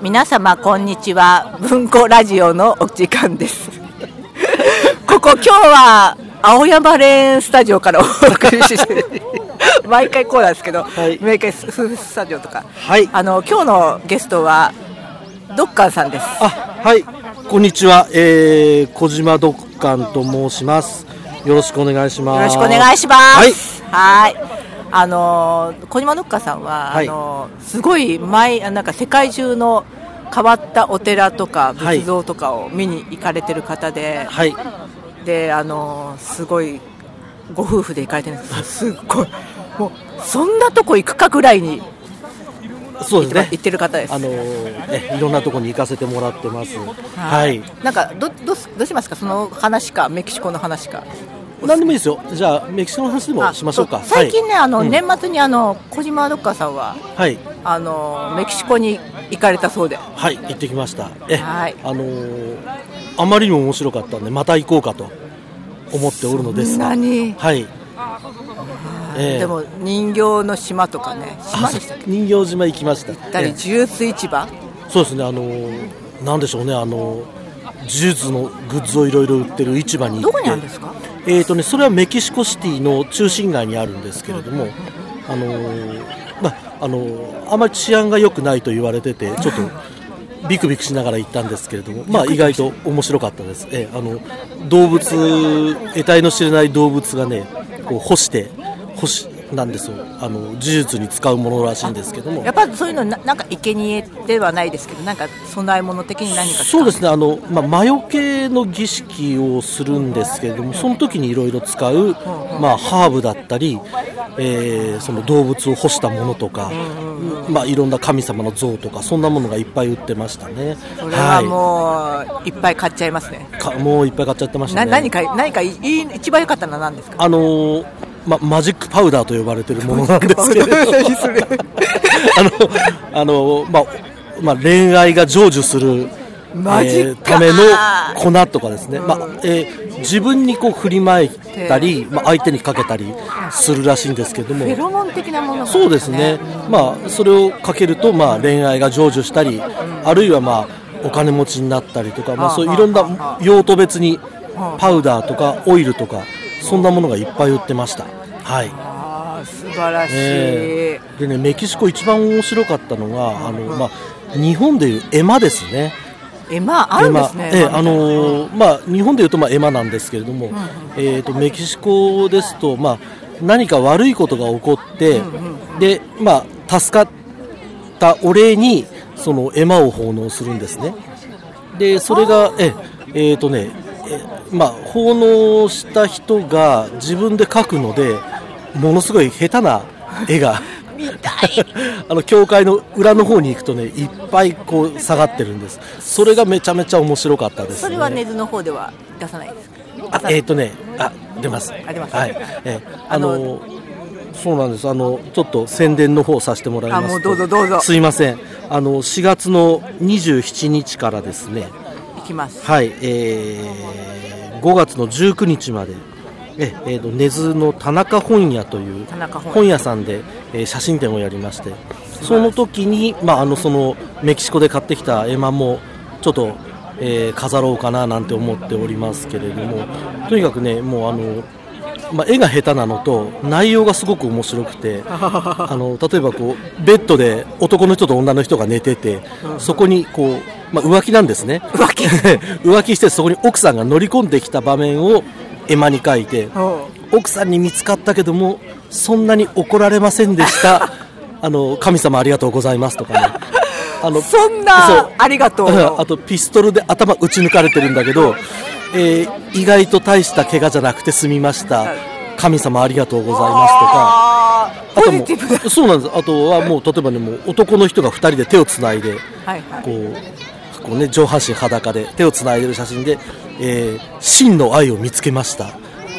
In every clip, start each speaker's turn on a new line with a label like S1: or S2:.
S1: 皆様こんにちは文庫ラジオのお時間ですここ今日は青山レーンスタジオから お送りして毎回こうなんですけど、
S2: はい
S1: 毎回スースタジオとか、
S2: はい
S1: あの今日のゲストはドッカンさんです
S2: あはいこんにちは、えー、小島ドッカンと申しますよろしくお願いします
S1: よろしくお願いします。はい。あのー小島のっかさんは、
S2: はい
S1: あのーすごい前あなんか世界中の変わったお寺とか
S2: はい
S1: 仏像とかを見に行かれてる方で、
S2: はい、はい、
S1: であのーすごいご夫婦で行かれてるんですけどすっごいもうそんなとこ行くかぐらいに
S2: そうですね
S1: 行ってる方です。
S2: あのーねいろんなところに行かせてもらってますはい、
S1: なんかどどうすどうしますかその話かメキシコの話か。
S2: 何でもいいですよじゃあメキシコの話でもしましょうか
S1: あそう最近ね、
S2: はい
S1: あの、
S2: うん
S1: 年末にあの小島どっかさんは
S2: はい
S1: あのメキシコに行かれたそうで。
S2: はい行ってきましたえ
S1: はい
S2: あのーあまりにも面白かったんでまた行こうかと思っておるので
S1: そん
S2: すが
S1: なに
S2: はいええ
S1: でも人形の島とかね、島でしたっけ？
S2: 人形島行きました行
S1: 行ったりジュース市場、
S2: そうですね、あのなんでしょうね、あの呪術のグッズをいろいろ売ってる市場に行
S1: ど
S2: って
S1: こにあるんですか？
S2: えーとね、それはメキシコシティの中心街にあるんですけれども、あのーまああのーあまり治安が良くないと言われてて、ちょっとビクビクしながら行ったんですけれども、まあ、意外と面白かったです、えーあの動物、得体の知れない動物がね、こう干して、干しなんですよあの、呪術に使うものらしいんですけども
S1: やっ。ぱそういうのななんか生贄ではないですけど、なんか備え物的に何か使
S2: そうですねあの、まあ、魔除けの儀式をするんですけれどもその時にいろいろ使う、まあ、ハーブだったり、えーその動物を干したものとか、まあ、いろんな神様の像とかそんなものがいっぱい売ってましたね
S1: これはもういっぱい買っちゃいますね。
S2: い、かもういっぱい買っちゃってました
S1: な
S2: ね
S1: 何か何かいい一番良かったのは何ですか？
S2: あのーま、マジックパウダーと呼ばれてるものなんですけれどもあのあの、まま、恋愛が成就する、
S1: マジック
S2: ための粉とかですね、まえー自分にこう振りまいたり、ま、相手にかけたりするらしいんですけども
S1: フェロモン的なものが、
S2: そうですね。、まあ、それをかけると、まあ、恋愛が成就したり、あるいは、まあ、お金持ちになったりとか、まあ、
S1: ああ
S2: そう
S1: あ
S2: い
S1: あ
S2: ろんな用途別にパウダーとかオイルとかそんなものがいっぱい売ってました。はい
S1: ああ素晴らしい。
S2: えーでね、メキシコ一番面白かったのが、あのまあ、日本でいう絵馬ですね。
S1: えまああるんですね。
S2: ええあのーまあ、日本でいうとまあ絵馬なんですけれども、えー、とメキシコですと、まあ、何か悪いことが起こって、でまあ、助かったお礼にその絵馬を奉納するんですね。でそれがえええーとねえまあ、奉納した人が自分で描くのでものすごい下手な絵が あの教会の裏の方に行くとねいっぱいこう下がってるんですそれがめちゃめちゃ面白かったです、ね、
S1: それは根津の方では出さないですか？
S2: あえっ、とねあ出ます
S1: あ出ます
S2: はい、え
S1: あ
S2: あ
S1: の
S2: のそうなんですあのちょっと宣伝の方させてもらいますと
S1: あもうどうぞどうぞ
S2: すいませんあの4月の27日からですね
S1: 行きます。
S2: はい、えー5月の19日まで、ええーと根津の田中本屋という
S1: 田中本屋
S2: 本屋さんで、えー写真展をやりまして、その時にまああのそのメキシコで買ってきた絵馬もちょっと、えー飾ろうかななんて思っておりますけれども、とにかくねもうあの。まあ、絵が下手なのと内容がすごく面白 くてあの例えばこうベッドで男の人と女の人が寝ててそこにこう、まあ、浮気なんですね
S1: 浮気
S2: 浮気してそこに奥さんが乗り込んできた場面を絵馬に書いて
S1: おう
S2: 奥さんに見つかったけどもそんなに怒られませんでした あの神様ありがとうございますとかねあ の
S1: そん
S2: そう
S1: なありがとう
S2: うん あとピストルで頭打ち抜かれてるんだけど、えー意外と大した怪我じゃなくて済みました神様ありがとうございますとか
S1: あー
S2: あ
S1: ポ
S2: と
S1: ジティブだ
S2: もうそうなんですあとはもう例えばねもう男の人が2人で手をつないで
S1: はいはい
S2: こうこう、ね、上半身裸で手をつないでる写真で、えー真の愛を見つけました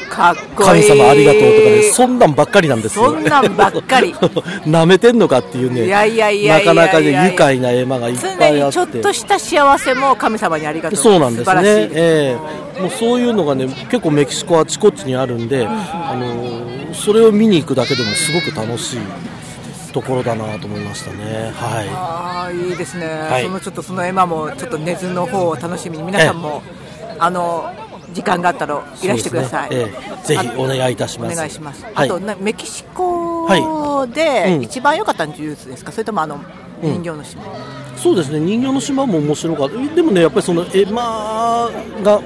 S1: かっこい
S2: 神
S1: い
S2: 様ありがとうとかねそんなんばっかりなんですよ
S1: そんなんばっかり
S2: 舐めてんのかっていうね
S1: いやいやいやいや
S2: なかなか
S1: いやいや
S2: ね愉快な絵馬がいっぱい
S1: 常
S2: あ
S1: に
S2: って
S1: ちょっとした幸せも神様にありがとう
S2: そうなんです
S1: 素
S2: ね、
S1: 晴らしいです
S2: ええもうそういうのがね結構メキシコあちこちにあるんで、あのーそれを見に行くだけでもすごく楽しいところだなと思いましたね。
S1: あ
S2: は
S1: あいいですね、
S2: い
S1: そのちょっとその絵馬もちょっと根津の方を楽しみに皆さんもあの時間があったら
S2: い。
S1: いらしてください、
S2: そうですねええぜひお願いいたします。
S1: お願いします、
S2: はい
S1: あとなメキシ
S2: は
S1: コ
S2: う
S1: で
S2: ん
S1: 一番良かったのはジュースですか、それともあの人形の島、
S2: そうですね人形の島も面白かったでもねやっぱりその絵馬が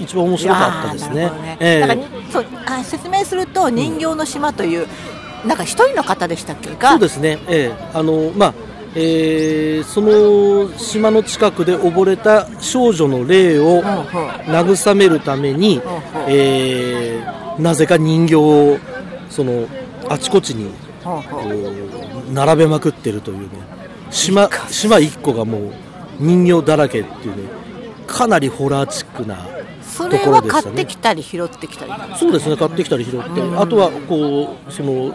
S2: 一番面白かったです
S1: いやー
S2: ね
S1: なるほどね
S2: ええ
S1: だからそうあ説明すると人形の島という、なんか一人の方でしたっけが
S2: そうですねええあのまあえーその島の近くで溺れた少女の霊を
S1: んうん
S2: 慰めるために、えーなぜか人形をそのあちこちに
S1: ほうほ
S2: こ
S1: う
S2: う並べまくってるというね島島一個がもう人形だらけっていうねかなりホラーチックな
S1: それは買ってきたり拾ってきたり
S2: そうですね買ってきたり拾って、あとはこうその、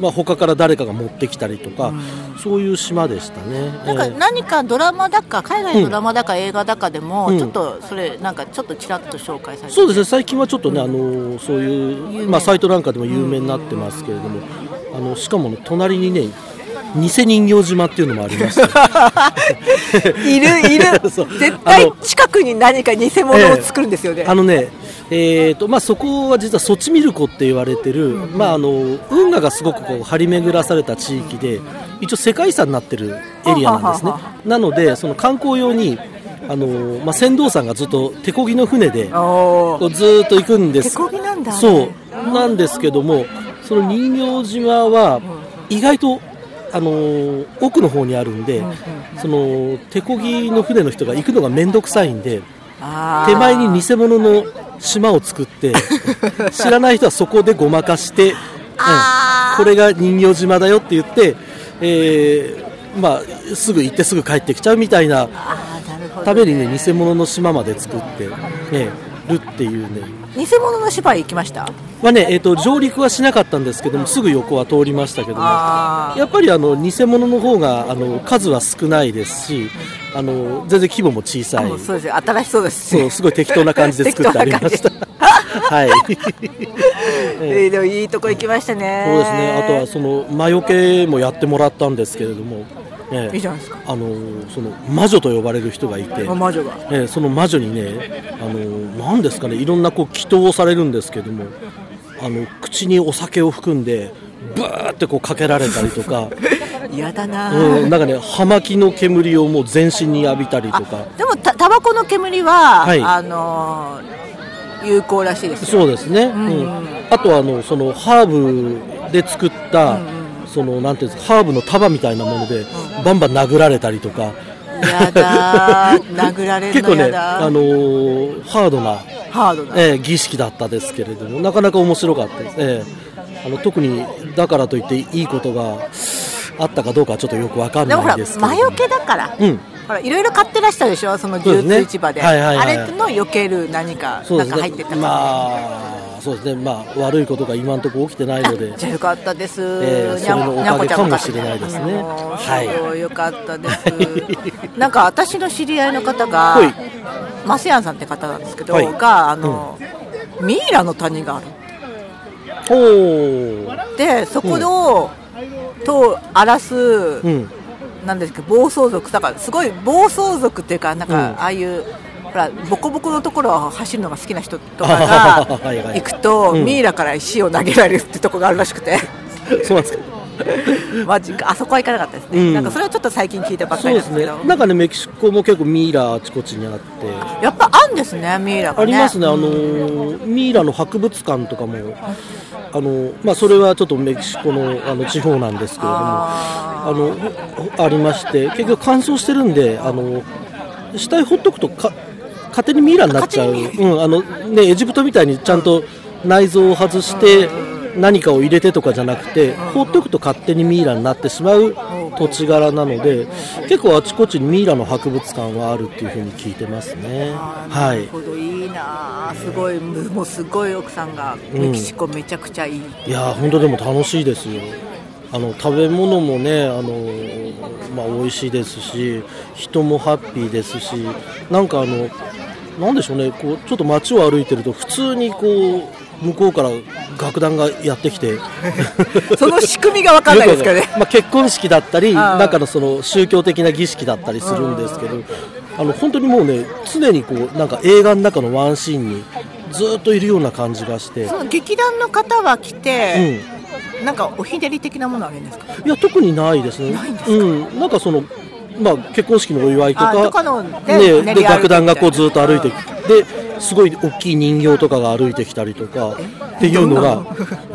S2: まあ、他から誰かが持ってきたりとか、そういう島でしたね。
S1: なんか
S2: ええ
S1: 何かドラマだか海外のドラマだか映画だかでも、
S2: うん
S1: ちょっとそれなんかちょっとちらっと紹介されて
S2: そうですね最近はちょっとね、あのそういう、
S1: 名
S2: まあ、サイトなんかでも有名になってますけれども、あのしかもね隣にね偽人形島っていうのもありまして
S1: いるいる
S2: そう
S1: 絶
S2: あ
S1: 対
S2: の
S1: 近くに何か偽物を作るんですよね、
S2: あのね、えーとまあ、そこは実はソチミルコって言われてる、まあ、あの運河がすごくこう張り巡らされた地域で一応世界遺産になってるエリアなんですね
S1: ははは
S2: なのでその観光用にあの、まあ、船頭さんがずっと手漕ぎの船で
S1: お
S2: こ
S1: ー
S2: うずーっと行くんです
S1: 手漕ぎなんだ
S2: そうなんですけどもその人形島は意外とあのー奥の方にあるんで、
S1: んうん
S2: その手漕ぎの船の人が行くのが面倒くさいんで、
S1: あー
S2: 手前に偽物の島を作って 知らない人はそこでごまかして、うん
S1: あー
S2: これが人形島だよって言って、えーまあ、すぐ行ってすぐ帰ってきちゃうみたいな
S1: あーなるほどね
S2: ために、ね、偽物の島まで作って、ね、るっていうね。
S1: 偽物の芝居行きました
S2: まあねえー、と上陸はしなかったんですけどもすぐ横は通りましたけども
S1: あ
S2: やっぱりあの偽物の方があの数は少ないですしあの全然規模も小さ
S1: あ
S2: い
S1: もうそうですよ新しそうですし
S2: そうすごい適当な感じで作ってありました
S1: 適
S2: はい
S1: えーでもいいとこ行きましたね
S2: そうですね。あとはその魔除けもやってもらったんですけれども、ええ
S1: いいじゃないですか
S2: あのその魔女と呼ばれる人がいて、
S1: あ魔女が
S2: ええその魔女にね、あのなんですかね、いろんなこう祈祷をされるんですけども、あの口にお酒を含んで。ブーってこうかけられたり とか、
S1: 嫌だな、
S2: うん、なんかね、葉巻の煙をもう全身に浴びたりとか
S1: あ、でもたタバコの煙は、
S2: はい
S1: あのー有効らしいですよ
S2: そうですね、うんあとはあのそのハーブで作った、そのなんていうんですかハーブの束みたいなもので、バンバン殴られたりとか
S1: やだ ー殴られる
S2: 結
S1: の
S2: 構
S1: や
S2: ね、
S1: だ
S2: あのーハードな、
S1: ハードだ、
S2: えー儀式だったですけれどもなかなか面白かったです、えーあの特にだからといっていいことがあったかどうかはちょっとよくわかん
S1: でもほ
S2: な
S1: ら
S2: いですけれど
S1: 魔除
S2: も
S1: けだから、
S2: うん
S1: ほらいろいろ買ってらしたでしょその
S2: そうで
S1: 牛
S2: すね
S1: 通市場で
S2: はいはいはい
S1: あれの避ける何か、
S2: そう
S1: なん
S2: です
S1: か入って
S2: ね
S1: たから、
S2: まあそうですねまあ悪いことが今のところ起きてないので
S1: じゃあよかったです、
S2: えー
S1: にゃん
S2: それのおかげ
S1: にゃんこちゃん
S2: かもしれないですね
S1: もう
S2: はい
S1: すごよかったです なんか私の知り合いの方が
S2: はい
S1: マセヤンさんって方なんですけど、
S2: はい
S1: があの、ミイラの谷がある
S2: おー
S1: でそこを、と荒らす、
S2: うん
S1: なんですけど暴走族だからすごい暴走族っていうかなんか、
S2: うん
S1: ああいうほらボコボコのところを走るのが好きな人とかが
S2: はいはい
S1: 行くと、
S2: うん
S1: ミイラから石を投げられるってとこがあるらしくて
S2: そうなんですか
S1: マジかあそこは行かなかったですね、
S2: うん
S1: なんかそれはちょっと最近聞いたばっか
S2: そう
S1: り
S2: で
S1: なんですすけ
S2: ね
S1: ど
S2: なんかねメキシコも結構ミイラあちこちにあって
S1: やっぱあるんですねミイラがね
S2: ありますね、あのーミイラの博物館とかも、あのーまあ、それはちょっとメキシコのあの地方なんですけれどもあ
S1: あ
S2: のほありまして結局乾燥してるんで、あのー死体ほっとくとか勝手にミイラになっちゃう、
S1: 勝
S2: うんあのね、エジプトみたいにちゃんと内臓を外して何かを入れてとかじゃなくて放っておくと勝手にミイラになってしまう土地柄なので結構あちこちにミイラの博物館はあるっていうふうに聞いてますね。
S1: あー
S2: は
S1: ないるほどいいなあすごいむもうすごい奥さんが
S2: ん
S1: メキシコめちゃくちゃいい、
S2: いやー本当でも楽しいですよあの食べ物もねあのー、まあ、美味しいですし人もハッピーですしなんかあのなんでしょうねこうちょっと街を歩いてると普通にこう向こうから楽団がやってきて
S1: その仕組みが分かんないですかね
S2: よくわんないまあ、結婚式だったり、
S1: ん
S2: なんかのその宗教的な儀式だったりするんですけど、あの本当にもうね、常にこうなんか映画の中のワンシーンにずっといるような感じがして、
S1: その劇団の方は来
S2: う
S1: て、
S2: ん、
S1: なんかおひねり的なものあるんですか
S2: いや特にないですね。
S1: ないんです
S2: うん、なんかそのまあ結婚式のお祝いと
S1: あ
S2: か、
S1: とかのね
S2: ね
S1: 練り歩い
S2: で
S1: て
S2: 楽団がこうずっと歩いてきて、ですごい大きい人形とかが歩いてきたりとかっていうのが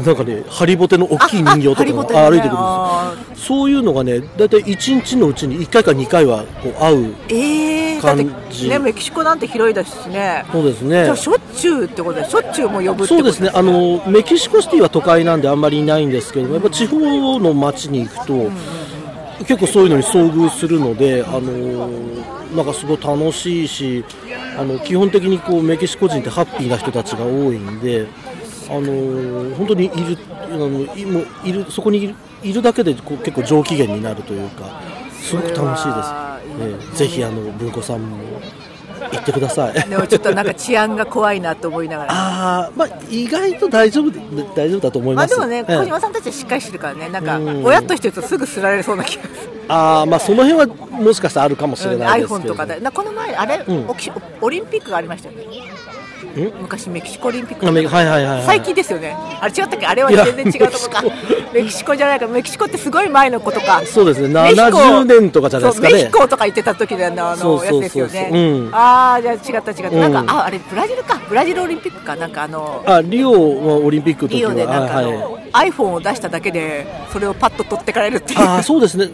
S2: なんかねハリボテの大きい人形とかが歩いてくるんですよ。
S1: です
S2: そういうのがねだいたい一日のうちに一回か二回はこう会う
S1: ええー、だって
S2: 感じ
S1: ねメキシコなんて広いですしね
S2: そうです
S1: じゃ
S2: ね
S1: あ。しょっちゅうってことでしょっちゅうもう呼ぶってこと
S2: そうですねあのメキシコシティは都会なんであんまりいないんですけどもやっぱ地方の街に行くと、結構そういうのに遭遇するので、あのなんかすごい楽しいしあの基本的にこうメキシコ人ってハッピーな人たちが多いんで、あの本当にいるあのいもういるそこにいるいるだけでこう結構上機嫌になるというかすごく楽しいです、ええぜひあの文庫さんも行ってください。
S1: でもちょっとなんか治安が怖いなと思いながら
S2: ああ、まあ、意外と大丈夫で、大丈夫だと思い
S1: まあ
S2: ま。
S1: ですもね
S2: ええ
S1: 小島さんたちはしっかりしてるからねなんか
S2: うん
S1: 親としてるとすぐすられそうな気がする
S2: ああ、まあ、その辺は、もしかしたらあるかもしれないです
S1: iPhone
S2: けど。
S1: とかでなこの前あれ、
S2: うん
S1: オキシオリンピックがありましたよね昔メキシコオリンピック
S2: あめはいはいはい、はい。
S1: 最近ですよねあれ違ったっけあれは全然違うとこか
S2: いや
S1: メキシコじゃないからメキシコってすごい前のことか
S2: そうですね
S1: メヒコ
S2: 70年とかじゃないですかね
S1: そうメヒコとか言ってた時のあのあ
S2: そう
S1: のや
S2: そ
S1: つ
S2: う
S1: ですよ
S2: そう
S1: ね
S2: そううん
S1: ああじゃあ違った違った、
S2: うん
S1: なんかああれブラジルかブラジルオリンピックかなんかあの
S2: あ、リオはオリンピックの時
S1: リ
S2: は、
S1: オでなんかあ
S2: はいはい。
S1: の、iPhone を出しただけでそれをパッと取ってかれるっていう
S2: ああ、そうですね。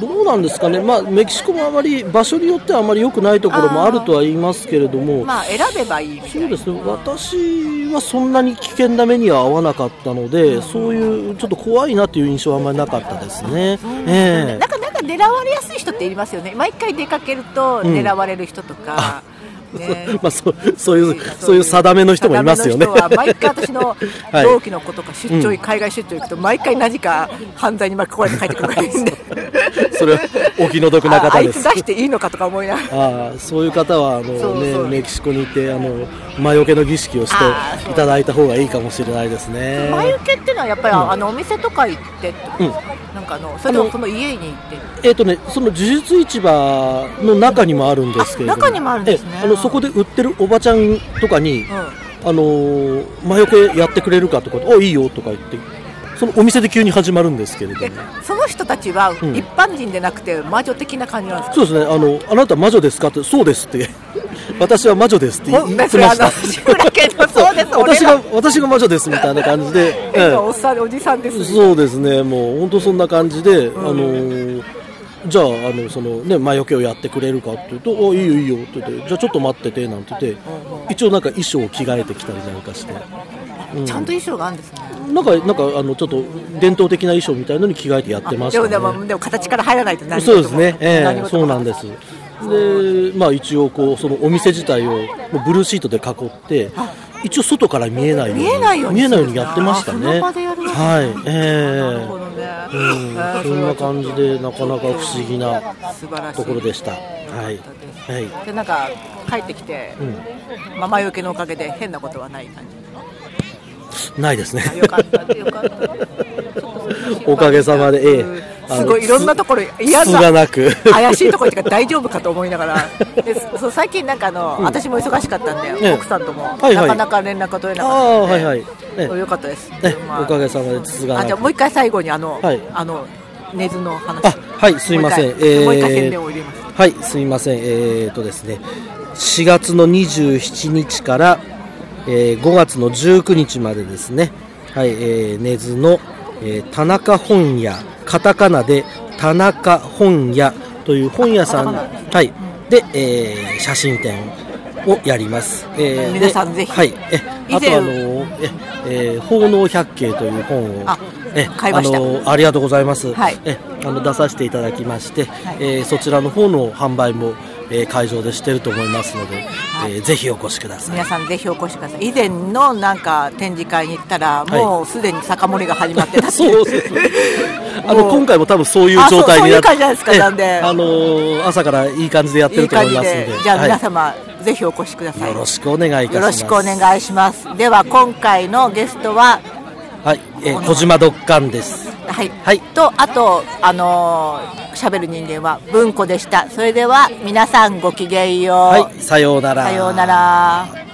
S2: どうなんですかね。まあ、メキシコもあまり、場所によってはあまり良くないところもあるとは言いますけれども。
S1: まあ選べばいいみた
S2: そう
S1: いな
S2: ですね私はそんなに危険な目には遭わなかったので、そういうちょっと怖いなという印象はあんまりなかったですね。ええ
S1: なんかなんか狙われやすい人っていますよね毎回出かけると狙われる人とか、ね
S2: まあ、そうそういうそういう定めの人もいますよね。
S1: 定めの人は毎回私 の
S2: はい
S1: 同期の子とか出張、海外出張行くと毎回何か犯罪に巻き込まれて帰ってくるからいいんで
S2: それはお気の毒な
S1: ああ
S2: 方
S1: い
S2: で
S1: つ
S2: す
S1: 出。していいのかとか思いながら。
S2: ああそういう方はあの、ね、
S1: そうそう
S2: メキシコに行ってあの魔除けの儀式をし
S1: ああそ
S2: て
S1: う
S2: いただいた方がいいかもしれないですね。
S1: 前受けっていうのはやっぱり、あのお店とか行ってってことですか、なんかあのそれ
S2: あ
S1: を
S2: の
S1: その家に行って
S2: えっとね、その呪術市場の中にもあるんですけれども
S1: あ中にもあるんですね
S2: ええあのそこで売ってるおばちゃんとかに、
S1: うん
S2: あのー魔除けやってくれるかとか「あいいよ」とか言ってそのお店で急に始まるんですけれども
S1: でその人たちは
S2: ん
S1: 一般人でなくて魔女的な感じなんですか、
S2: そうですねあの「あなた魔女ですか?」って「そうです」って 私は魔女ですって言
S1: お
S2: い
S1: ね
S2: ま
S1: それあ
S2: し
S1: の
S2: た
S1: 志 村けんの そうです俺
S2: 私
S1: ら
S2: が私が魔女ですみたいな感 じで、え
S1: 変な
S2: え
S1: おっさんおじさんですね
S2: そうですねもう本当そんな感じで、あのーじゃああのその、ね、魔除けをやってくれるかっていうと「おいいよいいよ」って言って「じゃあちょっと待ってて」なんて言って、一応なんか衣装を着替えてきたりなんかして。
S1: ちゃんと衣装があるんですね
S2: なんか、なんか、あの、ちょっと伝統的な衣装みたいのに着替えてやってまし
S1: で
S2: た、
S1: も
S2: ね。
S1: でもでも形から入らないと何事
S2: そう
S1: も
S2: ですね。え
S1: 何事
S2: え
S1: も
S2: そうなんです。で、まあ、一応、こう、そのお店自体を、もうブルーシートで囲って。一応、外から見えないように。
S1: 見えないように
S2: 見えないようにやってました
S1: あそ
S2: ね。
S1: の場でやるわけ
S2: はい、
S1: な
S2: え
S1: るほどね、
S2: えう
S1: え
S2: ん
S1: ー
S2: そんな感じで、なかなか不思議な
S1: 素晴らしい
S2: ところでした。はい。はい。
S1: でなんか帰ってきて、ママよけのおかげで変なことはない感じ
S2: ないですね。
S1: あよかったよかったちょっとそれが心配
S2: おかげさまで、ええ
S1: うん
S2: あの
S1: すごいいろんなところ嫌
S2: つ
S1: な
S2: がなく
S1: 怪しいところっていうか大丈夫かと思いなが らでそう最近なんかあの、私も忙しかったんで、
S2: ええ
S1: 奥さんとも、
S2: はいはい
S1: なかなか連絡が取れな
S2: あ
S1: か
S2: あ、
S1: ったんで
S2: はいはい。え
S1: そうよかったです、
S2: え、ね、おかげさまで、つつがな
S1: あ
S2: く。
S1: じゃあもう一回最後にあの、
S2: はい
S1: あの根津の話
S2: あはいすいません
S1: もう一回,、
S2: えー
S1: もう一回宣伝を入れます
S2: はいすいませんえー、とですね4月の27日から、えー5月の19日までですねはいえー、根津の、えー田中本屋カタカナで田中本屋という本屋さん
S1: あカタカナ
S2: はいで、えー写真展をやります、えーで
S1: 皆さんぜひ
S2: はいえ
S1: 以前
S2: あとあのええー、奉納百景という本を
S1: あ
S2: え
S1: 買いました
S2: あのありがとうございます、
S1: はい
S2: えあの出させていただきまして、
S1: はい
S2: えーそちらの方の販売も、えー会場でしてると思いますので、えーぜひお越しください
S1: 皆さんぜひお越しください以前のなんか展示会に行ったら
S2: はい
S1: もうすでに酒盛りが始まってたっていう
S2: そう ですね。あ
S1: も
S2: の
S1: う
S2: 今回も多分そういう状態になって、
S1: あそうそういう感じなんですか
S2: ええ
S1: なんで
S2: あのー朝からいい感じでやって
S1: いい
S2: ると
S1: 感
S2: 思い
S1: じ
S2: ますの
S1: で
S2: で、
S1: じゃあ
S2: はい
S1: 皆様、ぜひお越しください
S2: よろしくお願いいたします。
S1: よろしくお願いしますでは今回のゲストは
S2: はい、えー小島ドッカンです。
S1: はい、
S2: はい
S1: とあとあのー喋る人間は文庫でしたそれでは皆さんごきげんよう、
S2: はい、さようなら。
S1: さようなら。